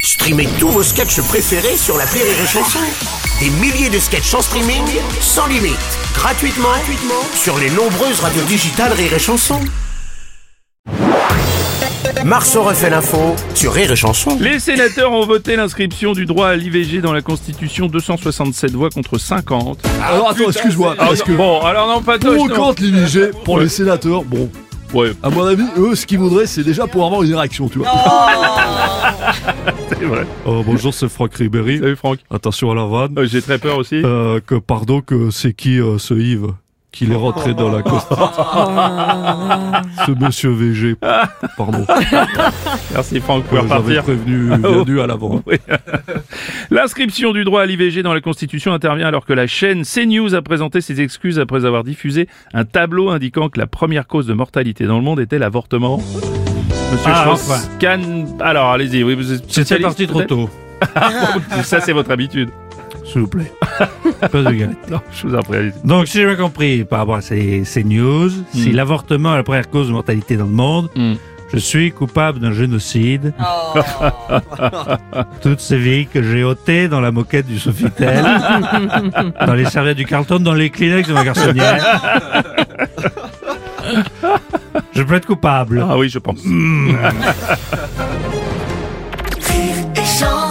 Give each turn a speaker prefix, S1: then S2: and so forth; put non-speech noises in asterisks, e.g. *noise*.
S1: Streamez tous vos sketchs préférés sur la Rire et Chanson. Des milliers de sketchs en streaming, sans limite, gratuitement, gratuitement sur les nombreuses radios digitales Rire et Chanson. Marceau refait l'info sur Rire et Chanson.
S2: Les sénateurs ont voté l'inscription du droit à l'IVG dans la Constitution, 267 voix contre 50.
S3: Alors attends, excuse-moi.
S2: Ah,
S3: parce que
S2: Bon, alors non, pas
S3: pour ou contre l'IVG, pour les sénateurs, bon,
S2: Ouais,
S3: à mon avis, eux, ce qu'ils voudraient, c'est déjà pour avoir une réaction, tu vois.
S2: c'est vrai.
S4: Euh, bonjour, c'est Franck Ribéry.
S2: Salut Franck.
S4: Attention à la vanne.
S2: Euh, J'ai très peur aussi.
S4: Euh, que pardon, que c'est qui euh, ce Yves qui est rentré dans la coste
S5: Oh.
S4: Ce monsieur VG. Pardon.
S2: Merci Franck, vous pouvez
S4: Euh, J'avais
S2: repartir.
S5: Oh.
S4: prévenu, venu à l'avant.
S2: L'inscription du droit à l'IVG dans la Constitution intervient alors que la chaîne CNews a présenté ses excuses après avoir diffusé un tableau indiquant que la première cause de mortalité dans le monde était l'avortement. Monsieur
S5: Ah,
S2: Schwartz,
S5: enfin.
S2: Kahn- alors allez-y. Oui, vous êtes
S5: C'était
S2: socialiste,
S5: parti trop
S2: peut-être
S5: tôt.
S2: *laughs* Ça, c'est votre habitude.
S5: S'il vous plaît. Pas de galette.
S2: Non, je vous en prie, allez-y.
S5: Donc, si j'ai bien compris, par rapport à ces, ces news, si l'avortement est la première cause de mortalité dans le monde, je suis coupable d'un génocide. *laughs* Toutes ces vies que j'ai ôtées dans la moquette du Sofitel, dans les serviettes du Carlton, dans les Kleenex de ma garçonnière. je peux être coupable.
S2: Ah oui, je pense.
S6: et chanson.